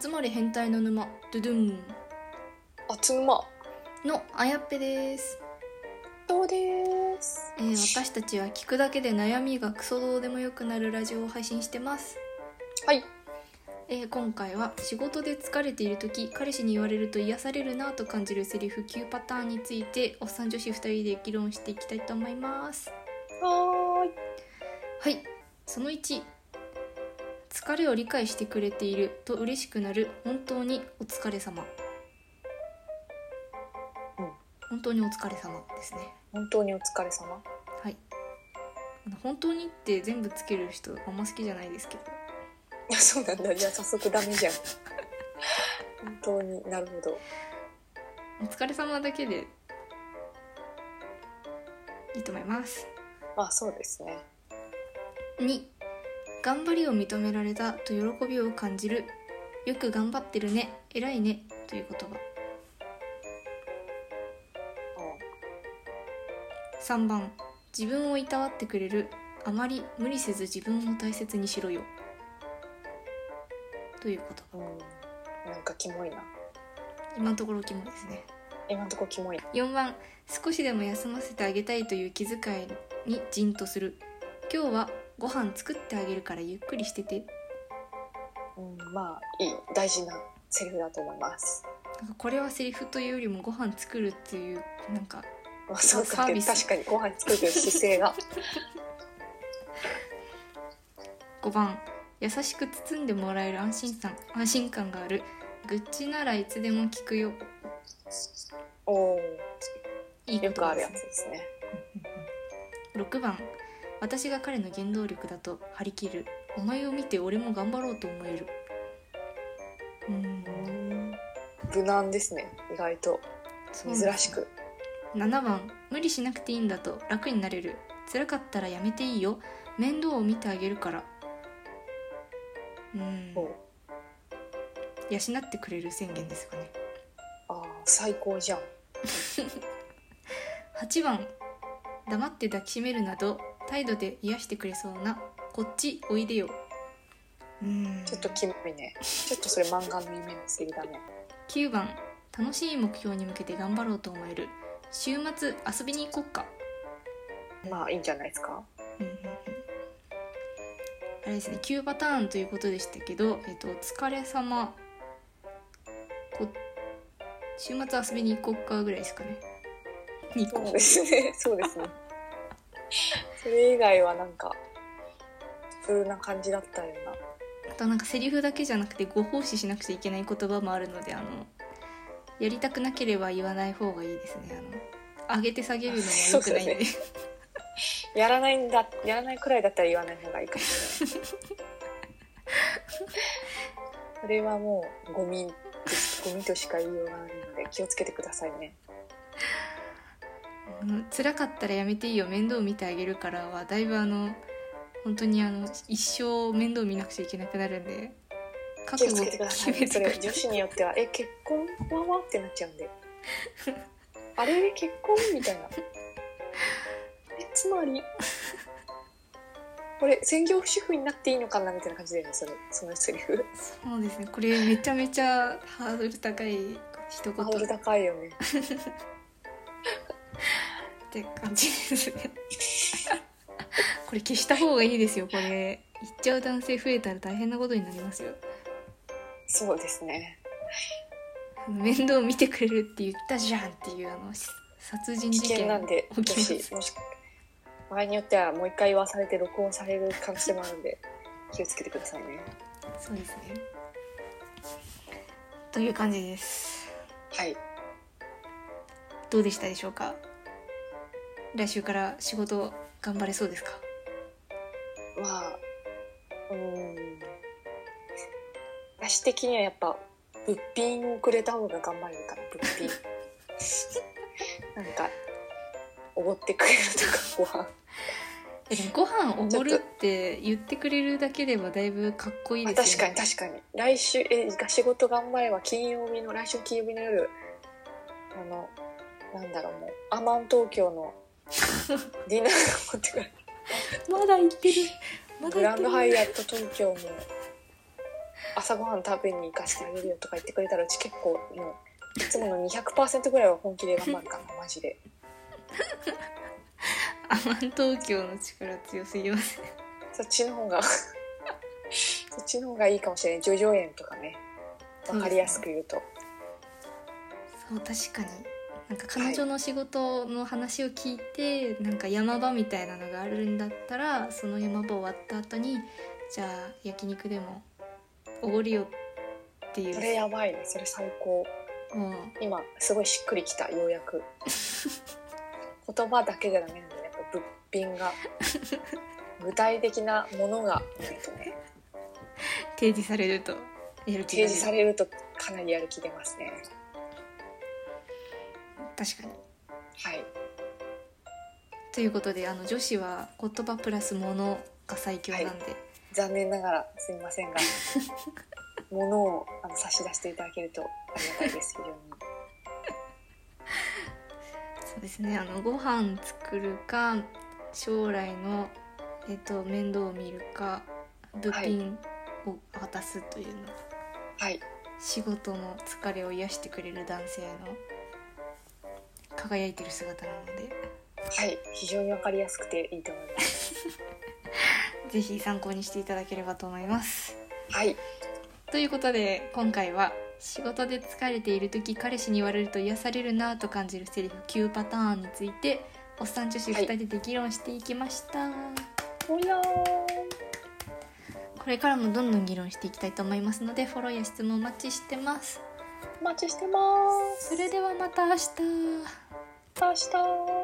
集まれ変態の沼ドゥドゥンあつまのあやっぺです、そうですえー私たちは聞くだけで悩みがクソどうでもよくなるラジオを配信してます、はいえー今回は仕事で疲れている時彼氏に言われると癒されるなと感じるセリフ9パターンについておっさん女子2人で議論していきたいと思いますはーいはいその1疲れを理解してくれていると嬉しくなる本当にお疲れ様、うん本当にお疲れ様ですね本当にお疲れ様 はいあの本当にって全部つける人あんま好きじゃないですけどいやそうなんだじゃあ早速ダメじゃん 本当になるほどお疲れ様だけでいいと思いますまあそうですね2頑張りを認められたと喜びを感じるよく頑張ってるね偉いねという言葉う3番自分をいたわってくれるあまり無理せず自分を大切にしろよという言葉ん、うん、なんかキモいな今のところキモいですね今んとこキモい4番少しでも休ませてあげたいという気遣いにじんとする今日はご飯作ってあげるからゆっくりしててうんまあいい大事なセリフだと思いますなんかこれはセリフというよりもご飯作るっていうなんかまあそうサだーけビどス確かにご飯作る姿勢 が5番優しく包んでもらえる安心感安心感がある愚痴ならいつでも聞くよおおいいこよとくあるでやすつねですね6番私が彼の原動力だと張り切るお前を見て俺も頑張ろうと思えるうーんうん無難ですね意外とそうなんですね珍しく7番無理しなくていいんだと楽になれる辛かったらやめていいよ面倒を見てあげるからうんおう養ってくれる宣言ですかねああ最高じゃん8番黙って抱きしめるなど態度で癒してくれそうなこっちおいでようんちょっとキモいねちょっとそれ漫画のイメージすぎだね9番楽しい目標に向けて頑張ろうと思える週末遊びに行こっかまあいいんじゃないですかうんうんうんあれですね9パターンということでしたけど「えっと、お疲れ様こ週末遊びに行こっか」ぐらいですかね2個そうです ねそうですねそれ以外はなんか普通な感じだったようなあとなんかセリフだけじゃなくてご奉仕しなくちゃいけない言葉もあるのであのやりたくなければ言わない方がいいですねあの上げて下げるのは良くないんでやらないんだやらないくらいだったら言わない方がいいかもしれ ないそれはもうゴミですゴミとしか言いようがないので気をつけてくださいねあの辛かったらやめていいよ面倒見てあげるからはだいぶあの本当にあの一生面倒見なくちゃいけなくなるんで覚気を悟をつけてくだ決さいめねそてれく女子によっては「え結婚はわ」ってなっちゃうんで 「あれ結婚?」みたいな「えつまりこれ専業主婦になっていいのかな」みたいな感じだよねそれ そのセリフそうですねこれめちゃめちゃハードル高い一ハードル言っ高いよねて感じです ねこれ消した方がいいですよこれ言っちゃう男性増えたら大変なことになりますよそうですねあの面倒を見てくれるって言ったじゃんっていうあのし殺人危事険件なんで起きます私もし場合によってはもう一回言わされて録音される可能性もあるんで気をつけてくださいねそうですねという感じですはいどうでしたでしょうか来週から仕事頑張れそうですかまあうーん私的にはやっぱ物品をくれた方が頑張れるから物品なんかおごってくれるとかえでもご飯おごるって言ってくれるだけではだいぶかっこいいご飯であ確すかよにね確かに来週え仕事頑張れば金曜日の来週金曜日の夜あのなんだろうもうアマン東京のディナーを持ってくるまだ言ってるまだグ言ラっンてドるハイアット東京の朝ごはん食べに行かせてあげるよとか言ってくれたらうち結構もういつもの200%ぐらいは本気で頑張るからマジでアマン東京の力強すぎますそっちの方が そっちの方がいいかもしれない叙々苑とかねわかりやすく言うとそう確かになんか彼女の仕事の話を聞いて、なんか山場みたいなのがあるんだったらその山場終わった後にじゃあ焼肉でもおごるよっていそれうやばいねそれ最高もう今すごいしっくりきたようやく 言葉だけじゃダメなんだねやっぱ物品が具体的なものがないと ね提示されるとやる気提が示さ出るれるとかなりやる気出ますね確かにはいということであの女子は言葉プラス物が最強なんで、残念ながらすみませんが 物をあの差し出していただけるとありがたいです非常にそうですねあのご飯作るか将来の、えっと面倒を見るか物品を渡すというの、はい仕事の疲れを癒してくれる男性の輝いてる姿なのではい非常にわかりやすくていいと思います是非参考にしていただければと思います。はいということで今回は仕事で疲れている時彼氏に言われると癒されるなぁと感じるセリフ9パターンについておっさん女子2人で議論していきました、おやーこれからもどんどん議論していきたいと思いますのでフォローや質問お待ちしてますお待ちしてますそれではまた明日また明日